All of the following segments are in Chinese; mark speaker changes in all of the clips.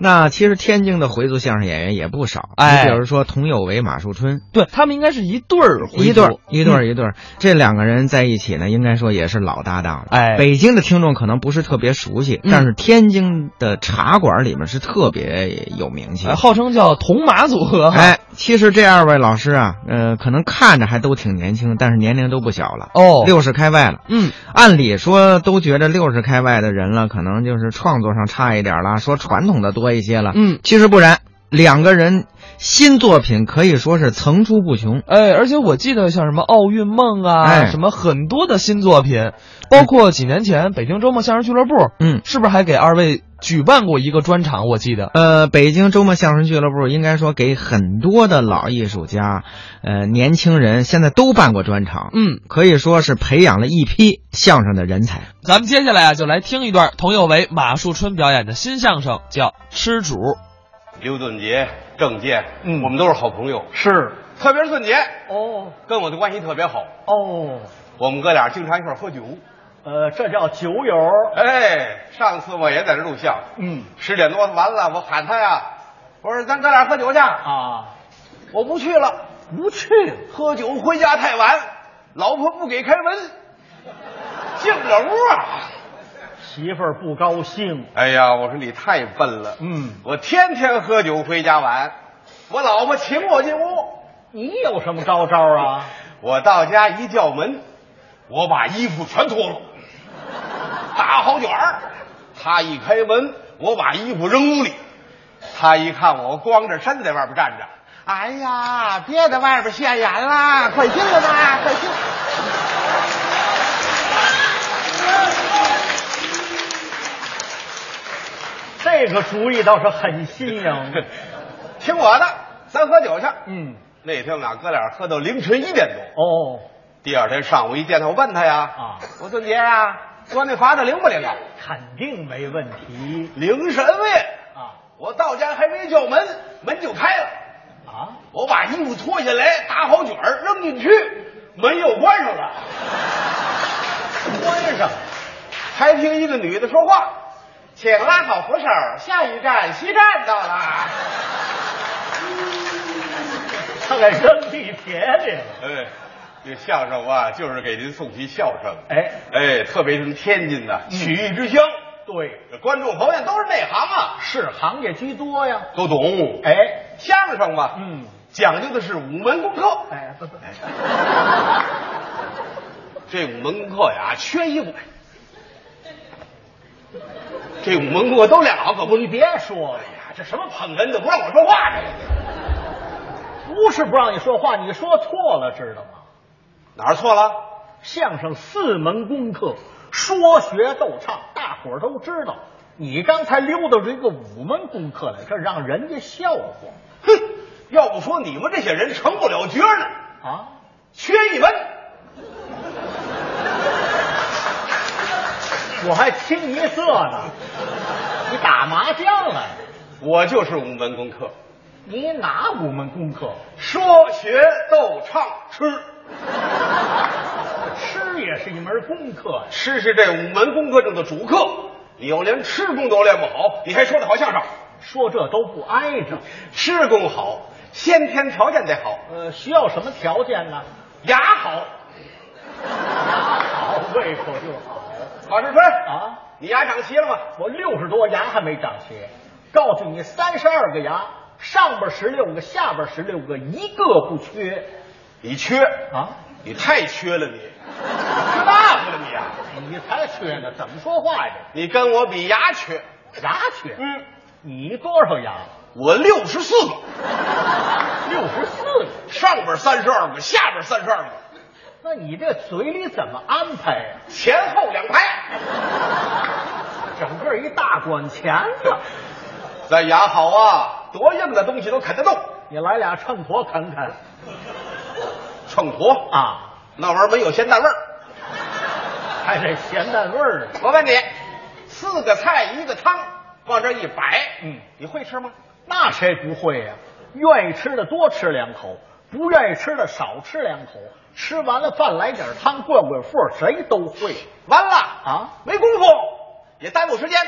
Speaker 1: 那其实天津的回族相声演员也不少，
Speaker 2: 哎
Speaker 1: 你比如说佟有为、马树春，
Speaker 2: 对他们应该是一对儿嗯回
Speaker 1: 一对儿
Speaker 2: 族
Speaker 1: 一对儿一对儿，这两个人在一起呢，应该说也是老搭档了。
Speaker 2: 哎
Speaker 1: 北京的听众可能不是特别熟悉，
Speaker 2: 嗯
Speaker 1: 但是天津的茶馆里面是特别有名气的
Speaker 2: 哎。号称叫铜马组合哈。
Speaker 1: 哎，其实这二位老师啊，呃，可能看着还都挺年轻，但是年龄都不小了，
Speaker 2: 哦，
Speaker 1: 六十开外了。
Speaker 2: 嗯，
Speaker 1: 按理说都觉得六十开外的人了，可能就是创作上差一点了，说传统的多一些了。
Speaker 2: 嗯，
Speaker 1: 其实不然，两个人新作品可以说是层出不穷。
Speaker 2: 哎，而且我记得像什么奥运梦啊，
Speaker 1: 哎
Speaker 2: 什么很多的新作品，包括几年前北京周末相声俱乐部
Speaker 1: 嗯，
Speaker 2: 是不是还给二位举办过一个专场？我记得，
Speaker 1: 呃，北京周末相声俱乐部应该说给很多的老艺术家，呃，年轻人现在都办过专场，
Speaker 2: 嗯，
Speaker 1: 可以说是培养了一批相声的人才。
Speaker 2: 咱们接下来啊就来听一段佟有为、马树春表演的新相声，叫《吃主》。
Speaker 3: 刘俊杰、郑健，
Speaker 4: 嗯
Speaker 3: 我们都是好朋友，
Speaker 4: 是
Speaker 3: 特别是俊杰，
Speaker 4: 哦
Speaker 3: 跟我的关系特别好，
Speaker 4: 哦，
Speaker 3: 我们哥俩经常一块儿喝酒。
Speaker 4: 呃，这叫酒友。
Speaker 3: 哎，上次我也在这录像，
Speaker 4: 嗯
Speaker 3: 十点多完了，我喊他呀，我说咱哥俩喝酒去，
Speaker 4: 啊，
Speaker 3: 我不去了，
Speaker 4: 不去
Speaker 3: 喝酒回家太晚，老婆不给开门，进不了屋啊。
Speaker 4: 媳妇儿不高兴。
Speaker 3: 哎呀，我说你太笨了，
Speaker 4: 嗯，
Speaker 3: 我天天喝酒回家晚，我老婆请我进屋，
Speaker 4: 你有什么高招啊？
Speaker 3: 我到家一叫门，我把衣服全脱 了，打好卷儿。他一开门，我把衣服扔屋里。他一看我光着身子在外边站着，哎呀，别在外边现眼啦，快进来吧，快进来。
Speaker 4: 这个主意倒是很新颖。
Speaker 3: 听我的，咱喝酒去。
Speaker 4: 嗯，
Speaker 3: 那天我们俩哥俩喝到凌晨一点多。
Speaker 4: 哦，
Speaker 3: 第二天上午一见他，我问他呀，
Speaker 4: 啊
Speaker 3: 我说孙杰啊，说那法子灵不灵啊？
Speaker 4: 肯定没问题
Speaker 3: 灵什么呀？
Speaker 4: 啊
Speaker 3: 我到家还没叫门，门就开了。
Speaker 4: 啊！
Speaker 3: 我把衣服脱下来，打好卷儿扔进去，门又关上了。关上，还听一个女的说话：“请拉好扶手，下一站西站到了。
Speaker 4: 他给扔地铁里了。”
Speaker 3: 哎，这相声啊，就是给您送去笑声。
Speaker 4: 哎，嗯
Speaker 3: 哎，特别是天津的曲艺之乡，
Speaker 4: 对，
Speaker 3: 这观众朋友都是内行啊，
Speaker 4: 是行业居多呀。
Speaker 3: 都懂。
Speaker 4: 哎，
Speaker 3: 相声嘛，
Speaker 4: 嗯，
Speaker 3: 讲究的是五门功课。
Speaker 4: 哎，不不，
Speaker 3: 这五门功课呀，缺一不可。这五门功课都俩可不
Speaker 4: 你别说了，
Speaker 3: 呀，这什么捧哏的，不让我说话这个
Speaker 4: 不是不让你说话，你说错了，知道吗？
Speaker 3: 哪儿错了？
Speaker 4: 相声四门功课，说学逗唱，大伙儿都知道。你刚才溜达出一个五门功课来，这让人家笑话
Speaker 3: 哼，要不说你们这些人成不了角呢，
Speaker 4: 啊！
Speaker 3: 缺一门。
Speaker 4: 我还清一色呢，你打麻将了？
Speaker 3: 我就是五门功课，
Speaker 4: 你哪五门功课？
Speaker 3: 说学逗唱吃，
Speaker 4: 吃也是一门功课呀。
Speaker 3: 吃是这五门功课中的主课。你要连吃功都练不好，你还说得好相声？
Speaker 4: 说这都不挨着。
Speaker 3: 吃功好，先天条件得好，
Speaker 4: 呃，需要什么条件呢？
Speaker 3: 牙好。
Speaker 4: 好，胃口就好
Speaker 3: 马世春
Speaker 4: 啊。
Speaker 3: 你牙长齐了吗？
Speaker 4: 我六十多牙还没长齐，告诉你，三十二个牙，上边十六个，下边十六个，一个不缺
Speaker 3: 你缺，
Speaker 4: 啊！
Speaker 3: 你太缺了你，缺大发了你啊！
Speaker 4: 你才缺呢，怎么说话呀？
Speaker 3: 你跟我比牙缺，
Speaker 4: 牙缺，
Speaker 3: 嗯，
Speaker 4: 你多少牙？
Speaker 3: 我六十四个，
Speaker 4: 六十四个。
Speaker 3: 上边三十二个，下边三十二个，
Speaker 4: 那你这嘴里怎么安排呀、
Speaker 3: 前后两排。
Speaker 4: 整个一大管钳子，
Speaker 3: 咱牙好啊，多硬的东西都啃得动。
Speaker 4: 你来俩秤砣啃啃
Speaker 3: 秤砣啊，
Speaker 4: 啊，
Speaker 3: 那玩意儿没有咸淡味儿。
Speaker 4: 还得咸淡味儿呢。
Speaker 3: 我问你，四个菜一个汤，往这一摆，
Speaker 4: 嗯，
Speaker 3: 你会吃吗？
Speaker 4: 那谁不会呀、愿意吃的多吃两口，不愿意吃的少吃两口。吃完了饭来点汤灌灌腹，谁都会
Speaker 3: 完了
Speaker 4: 啊！
Speaker 3: 没工夫，也耽误时间。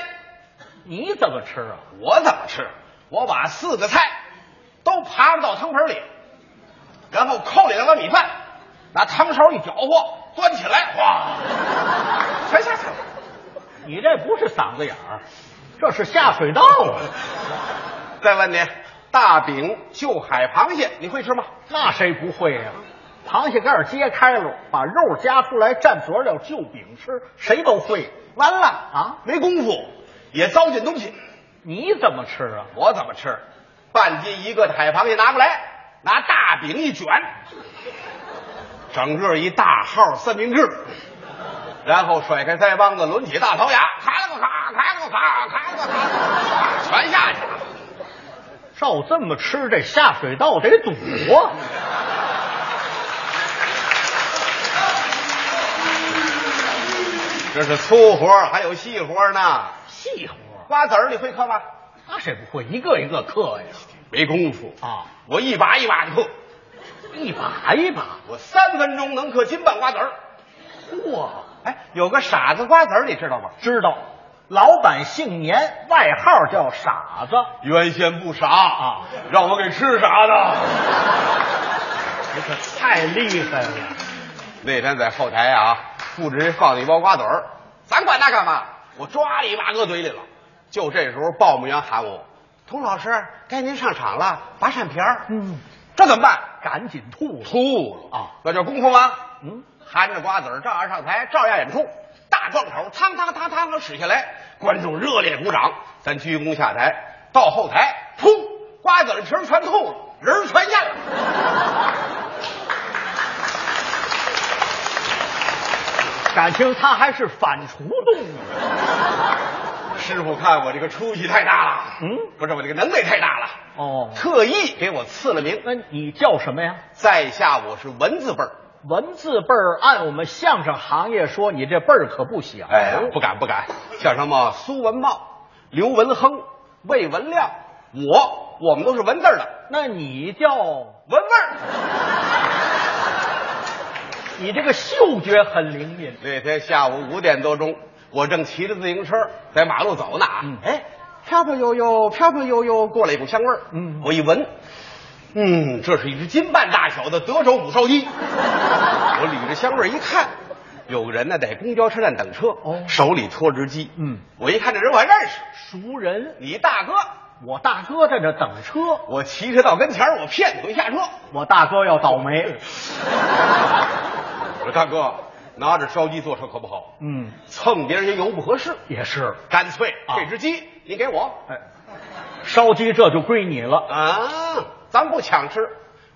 Speaker 4: 你怎么吃啊？
Speaker 3: 我怎么吃？我把四个菜都扒拉到汤盆里，然后扣里两碗米饭，拿汤勺一搅和，端起来，哗，全下去了。
Speaker 4: 你这不是嗓子眼儿，这是下水道啊！
Speaker 3: 再问你，大饼就海螃蟹，你会吃吗？
Speaker 4: 那谁不会呀、螃蟹盖儿揭开了，把肉夹出来蘸佐料就饼吃，谁都会。
Speaker 3: 完了
Speaker 4: 啊
Speaker 3: 没功夫，也糟践东西。
Speaker 4: 你怎么吃啊？
Speaker 3: 我怎么吃？半斤一个的海螃蟹拿过来，拿大饼一卷，整个一大号三明治，然后甩开腮帮子，抡起大槽牙，咔啦个咔，咔啦个咔，咔啦个咔，全下去了。
Speaker 4: 照这么吃，这下水道得堵啊！
Speaker 3: 这是粗活儿，还有细活儿呢。
Speaker 4: 细活，
Speaker 3: 瓜子儿你会嗑吗？
Speaker 4: 那谁不会？一个一个嗑呀！
Speaker 3: 没功夫，
Speaker 4: 啊，
Speaker 3: 我一把一把的嗑，
Speaker 4: 一把一把，
Speaker 3: 我三分钟能嗑斤半瓜子儿。
Speaker 4: 嚯！
Speaker 3: 哎，有个傻子瓜子儿，你知道吗？
Speaker 4: 知道，老板姓年，外号叫傻子。
Speaker 3: 原先不傻啊，让我给吃傻的。
Speaker 4: 你可太厉害了！
Speaker 3: 那天在后台啊，副职放了一包瓜子儿，咱管他干嘛？我抓了一把搁嘴里了。就这时候，报幕员喊我：“童老师，该您上场了，拔扇皮儿。”
Speaker 4: 嗯，
Speaker 3: 这怎么办？
Speaker 4: 赶紧吐了。
Speaker 3: 吐了
Speaker 4: 啊！
Speaker 3: 那叫功夫吗？
Speaker 4: 嗯，
Speaker 3: 含着瓜子儿照样上台，照样演出。大撞头，汤汤汤汤能使下来，观众热烈鼓掌。咱鞠躬下台，到后台，噗，瓜子儿皮儿全吐了，人儿全咽了。
Speaker 4: 感情他还是反刍动物。
Speaker 3: 师傅看我这个出息太大了，
Speaker 4: 嗯，
Speaker 3: 不是我这个能耐太大了，
Speaker 4: 哦
Speaker 3: 特意给我赐了名。
Speaker 4: 那你叫什么呀？
Speaker 3: 在下我是文字辈儿，
Speaker 4: 文字辈儿，按我们相声行业说，你这辈儿可不小。
Speaker 3: 哎呀，不敢不敢，像什么苏文茂、刘文亨、魏文亮，我我们都是文字儿的
Speaker 4: 那你叫
Speaker 3: 文味儿。
Speaker 4: 你这个嗅觉很灵敏。
Speaker 3: 那天下午五点多钟，我正骑着自行车在马路走呢，
Speaker 4: 嗯
Speaker 3: 哎，飘飘悠悠，飘飘悠悠，过来一股香味儿，
Speaker 4: 嗯
Speaker 3: 我一闻，嗯，这是一只金半大小的德州捕兽衣。我捋着香味儿一看，有个人呢在公交车站等车，
Speaker 4: 哦
Speaker 3: 手里拖只鸡，
Speaker 4: 嗯，
Speaker 3: 我一看这人我还认识，
Speaker 4: 熟人，
Speaker 3: 你大哥，
Speaker 4: 我大哥在这等车，
Speaker 3: 我骑车到跟前儿，我骗你我一下车，
Speaker 4: 我大哥要倒霉。
Speaker 3: 我说大哥，拿着烧鸡坐车可不好，
Speaker 4: 嗯，
Speaker 3: 蹭别人家油不合适，
Speaker 4: 也是。
Speaker 3: 干脆
Speaker 4: 啊
Speaker 3: 这只鸡你给我，
Speaker 4: 哎，烧鸡这就归你了，
Speaker 3: 啊，咱不抢吃，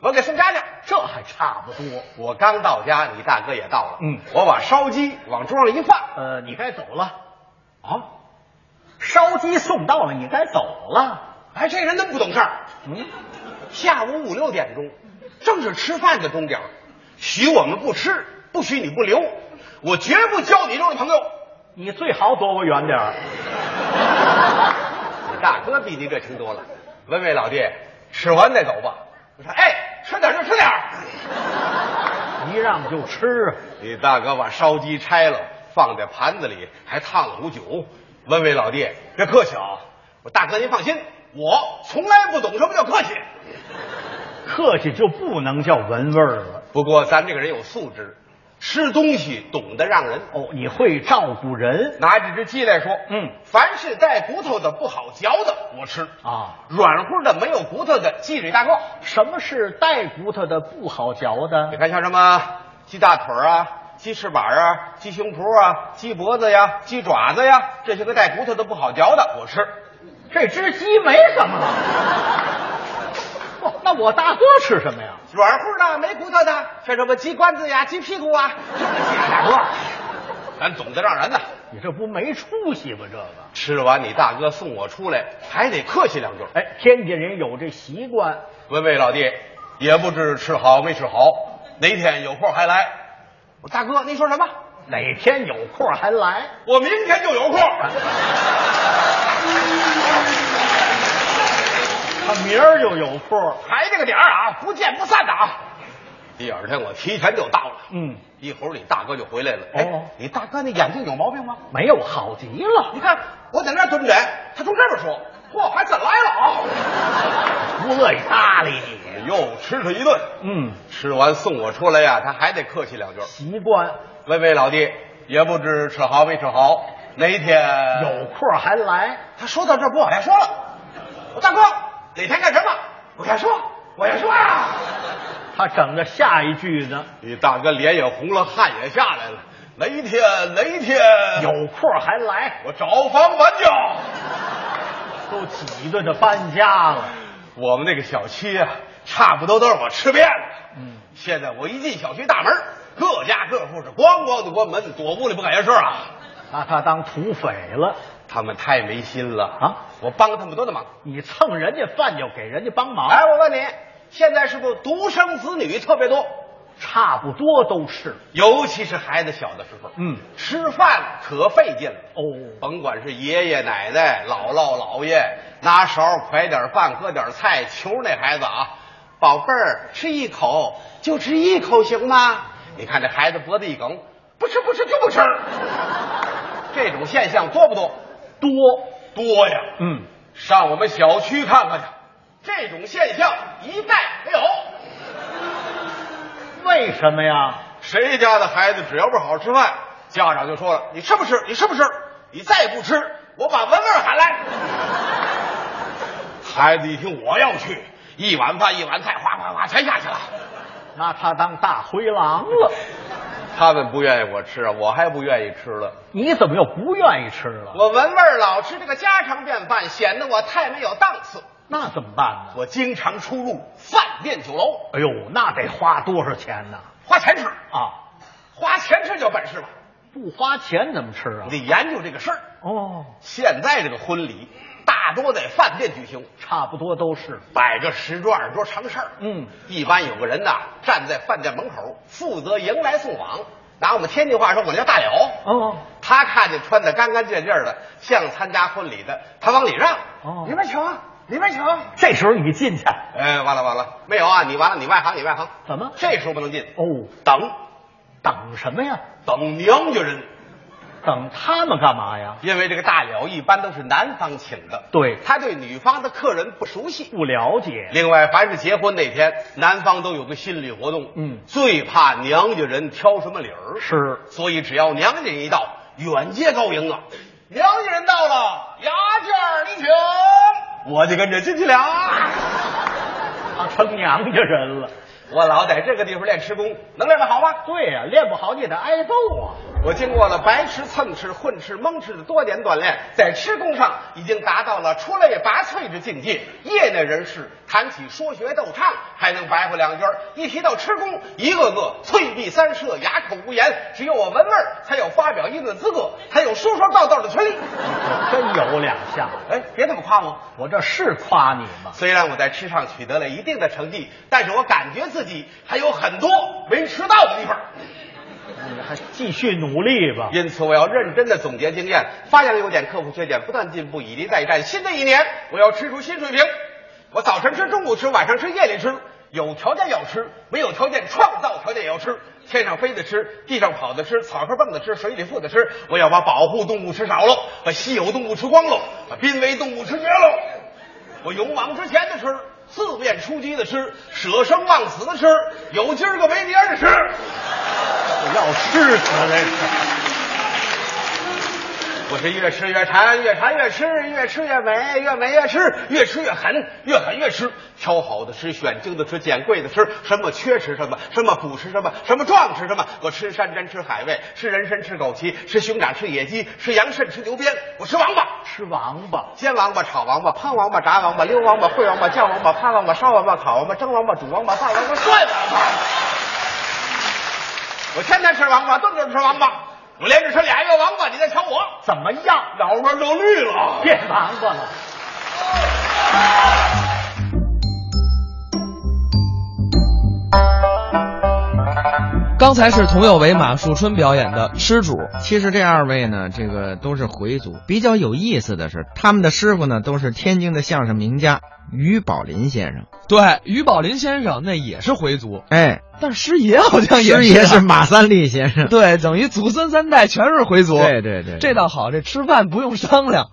Speaker 3: 我给送家去。
Speaker 4: 这还差不多。
Speaker 3: 我刚到家，你大哥也到了。
Speaker 4: 嗯
Speaker 3: 我把烧鸡往桌上一放，
Speaker 4: 呃，你该走了，
Speaker 3: 啊，
Speaker 4: 烧鸡送到了，你该走了。
Speaker 3: 哎，这人那么不懂事儿。
Speaker 4: 嗯，
Speaker 3: 下午五六点钟，正是吃饭的钟点儿，许我们不吃，不许你不留，我绝不交你这种朋友。
Speaker 4: 你最好躲我远点儿。
Speaker 3: 你大哥比你热情多了。文伟老弟，吃完再走吧。我说，哎，吃点儿就吃点儿。
Speaker 4: 一让就吃啊。
Speaker 3: 你大哥把烧鸡拆了，放在盘子里，还烫了壶酒。文伟老弟，别客气啊！我大哥您放心，我从来不懂什么叫客气。
Speaker 4: 客气就不能叫闻味儿了。
Speaker 3: 不过咱这个人有素质，吃东西懂得让人。
Speaker 4: 哦，你会照顾人
Speaker 3: 拿这只鸡来说，
Speaker 4: 嗯
Speaker 3: 凡是带骨头的、不好嚼的，我吃；
Speaker 4: 啊？
Speaker 3: 软乎的、没有骨头的，鸡腿大糕。
Speaker 4: 什么是带骨头的、不好嚼
Speaker 3: 你
Speaker 4: 的？
Speaker 3: 看像什么鸡大腿儿啊、鸡翅膀啊、鸡胸脯啊、鸡脖子呀、鸡爪子呀，这些个带骨头的不好嚼的，我吃。
Speaker 4: 这只鸡没什么了。哦那我大哥吃什么呀？
Speaker 3: 软乎的、没骨头的，像什么鸡冠子呀、鸡屁股啊，
Speaker 4: 大哥，
Speaker 3: 咱懂得让人呐。
Speaker 4: 你这不没出息吗？这个，
Speaker 3: 吃完你大哥送我出来，还得客气两句。
Speaker 4: 哎，天津人有这习惯。
Speaker 3: 文伟老弟，也不知吃好没吃好，哪天有空还来。我大哥，您说什么？
Speaker 4: 哪天有空还来？
Speaker 3: 我明天就有空。
Speaker 4: 他明儿就有空。
Speaker 3: 还这个点儿啊，不见不散的啊。第二天我提前就到了，
Speaker 4: 嗯，
Speaker 3: 一会儿你大哥就回来了。
Speaker 4: 哦
Speaker 3: 哎，你大哥那眼睛有毛病吗？
Speaker 4: 没有，好极了。
Speaker 3: 你看我在那儿蹲着，他从这边说，嚯，还真来了啊！
Speaker 4: 不乐意搭理你。
Speaker 3: 又哎吃他一顿，
Speaker 4: 嗯，
Speaker 3: 吃完送我出来呀、他还得客气两句。
Speaker 4: 习惯
Speaker 3: 喂喂，老弟，也不知吃好没吃好，哪天
Speaker 4: 有空还来。
Speaker 3: 他说到这儿不往下说了。我大哥哪天干什么？我跟他说，我跟他说呀、啊
Speaker 4: 他整个下一句呢，
Speaker 3: 你大哥脸也红了，汗也下来了。哪一天？哪一天？
Speaker 4: 有空还来，
Speaker 3: 我找房搬家。
Speaker 4: 都挤兑着搬家了。
Speaker 3: 我们那个小区啊，差不多都让我吃遍了。
Speaker 4: 嗯，
Speaker 3: 现在我一进小区大门，各家各户是咣咣的关门，躲屋里不敢言事啊。
Speaker 4: 把他当土匪了。
Speaker 3: 他们太没心了
Speaker 4: 啊！
Speaker 3: 我帮他们多大忙？
Speaker 4: 你蹭人家饭就给人家帮忙，
Speaker 3: 哎，我问你，现在是不是独生子女特别多？
Speaker 4: 差不多都是。
Speaker 3: 尤其是孩子小的时候，
Speaker 4: 嗯，
Speaker 3: 吃饭可费劲了。
Speaker 4: 哦，
Speaker 3: 甭管是爷爷奶奶、姥姥姥爷，拿勺儿㧟点饭，搁点菜，求那孩子啊，宝贝儿，吃一口，就吃一口行吗？你看这孩子脖子一梗，不吃不吃就不 吃，这种现象多不多？
Speaker 4: 多。
Speaker 3: 多呀！
Speaker 4: 嗯，
Speaker 3: 上我们小区看看去，这种现象一概没有。
Speaker 4: 为什么呀？
Speaker 3: 谁家的孩子只要不好好吃饭，家长就说了：“你吃不吃？你吃不吃？你再不吃，我把文文喊来。” 孩子一听我要去，一碗饭一碗菜，哗哗哗全下去了。
Speaker 4: 拿他当大灰狼了。
Speaker 3: 他们不愿意我吃啊，我还不愿意吃了。
Speaker 4: 你怎么又不愿意吃了？
Speaker 3: 我闻味儿老吃这个家常便饭，显得我太没有档次。
Speaker 4: 那怎么办呢？
Speaker 3: 我经常出入饭店酒楼，
Speaker 4: 哎呦，那得花多少钱呢？
Speaker 3: 花钱吃，
Speaker 4: 啊，
Speaker 3: 花钱吃就本事了。
Speaker 4: 不花钱怎么吃啊
Speaker 3: 你？得研究这个事儿。
Speaker 4: 哦，
Speaker 3: 现在这个婚礼大多在饭店举行，
Speaker 4: 差不多都是。
Speaker 3: 摆个十桌二十桌常事儿。
Speaker 4: 嗯，
Speaker 3: 一般有个人呐站在饭店门口，负责迎来送往。拿我们天津话说，我叫大了。
Speaker 4: 哦，
Speaker 3: 他看见穿的干干净净的，像参加婚礼的，他往里让。
Speaker 4: 哦
Speaker 3: 里面请啊，里面请啊。
Speaker 4: 这时候你进去
Speaker 3: 哎，完了完了，没有啊，你完了，你外行，你外行。
Speaker 4: 怎么
Speaker 3: 这时候不能进，
Speaker 4: 哦，
Speaker 3: 等
Speaker 4: 等什么呀？
Speaker 3: 等娘家人，
Speaker 4: 等他们干嘛呀？
Speaker 3: 因为这个大了一般都是男方请的，
Speaker 4: 对，
Speaker 3: 他对女方的客人不熟悉。
Speaker 4: 不了解。
Speaker 3: 另外，凡是结婚那天，男方都有个心理活动，
Speaker 4: 嗯
Speaker 3: 最怕娘家人挑什么理儿，
Speaker 4: 是
Speaker 3: 所以只要娘家人一到，远接高迎啊！娘家人到了，牙尖儿一请，我就跟着进 去了。
Speaker 4: 他成娘家人了。
Speaker 3: 我老在这个地方练吃功，能练得好吗？
Speaker 4: 对呀、练不好你得挨揍啊！
Speaker 3: 我经过了白吃、蹭吃、混吃、蒙吃的多年锻炼，在吃功上已经达到了出类拔萃的境界。业内人士谈起说学逗唱，还能白话两句儿；一提到吃功，一个个脆闭三舌，哑口无言。只有我闻味儿，才有发表议论资格，才有说说道道的权利。
Speaker 4: 我真有两下，
Speaker 3: 哎，别那么夸我。
Speaker 4: 我这是夸你吗？
Speaker 3: 虽然我在吃上取得了一定的成绩，但是我感觉自己还有很多没吃到的地方。
Speaker 4: 你还继续努力吧。
Speaker 3: 因此，我要认真的总结经验，发现了优点，克服缺点，不断进步，以力再战。新的一年，我要吃出新水平。我早晨吃，中午吃，晚上吃，夜里吃。有条件要吃，没有条件创造条件也要吃。天上飞的吃，地上跑的吃，草根蹦的吃，水里浮的吃。我要把保护动物吃少喽，把稀有动物吃光喽，把濒危动物吃绝喽。我勇往直前的吃，四面出击的吃，舍生忘死的吃，有今儿个没明儿的吃。
Speaker 4: 我要吃死这是。
Speaker 3: 我是越吃越馋，越馋越吃，越吃越美，越美越吃，越吃越狠，越狠越吃。挑好的吃，选精的吃，捡贵的吃，什么缺吃什么，什么补吃什么，什么壮吃什么。我吃山珍，吃海味，吃人参，吃枸杞，吃熊掌，吃野鸡，吃羊肾，吃牛鞭，我吃王八。
Speaker 4: 吃王八，
Speaker 3: 煎王八、炒王八、胖王八、炸王八、溜王八、烩王八、酱王八、趴王八、烧王八、烤王八、蒸王八、煮王八、拌王八、 涮王八。我天天吃王八，顿顿吃王八，我连着吃俩月王八，你再瞧我
Speaker 4: 怎么样？
Speaker 3: 脑门都绿了。
Speaker 4: 变王八了。
Speaker 2: 刚才是佟有为、马树春表演的《施主》，
Speaker 1: 其实这二位呢，这个都是回族。比较有意思的是，他们的师傅呢都是天津的相声名家于宝林先生。
Speaker 2: 对，于宝林先生那也是回族，
Speaker 1: 哎，
Speaker 2: 但师爷好像
Speaker 1: 师
Speaker 2: 也是
Speaker 1: 爷
Speaker 2: 啊
Speaker 1: 是马三立先生。
Speaker 2: 对，等于祖孙三代全是回族。
Speaker 1: 对对对，
Speaker 2: 这倒好，这吃饭不用商量。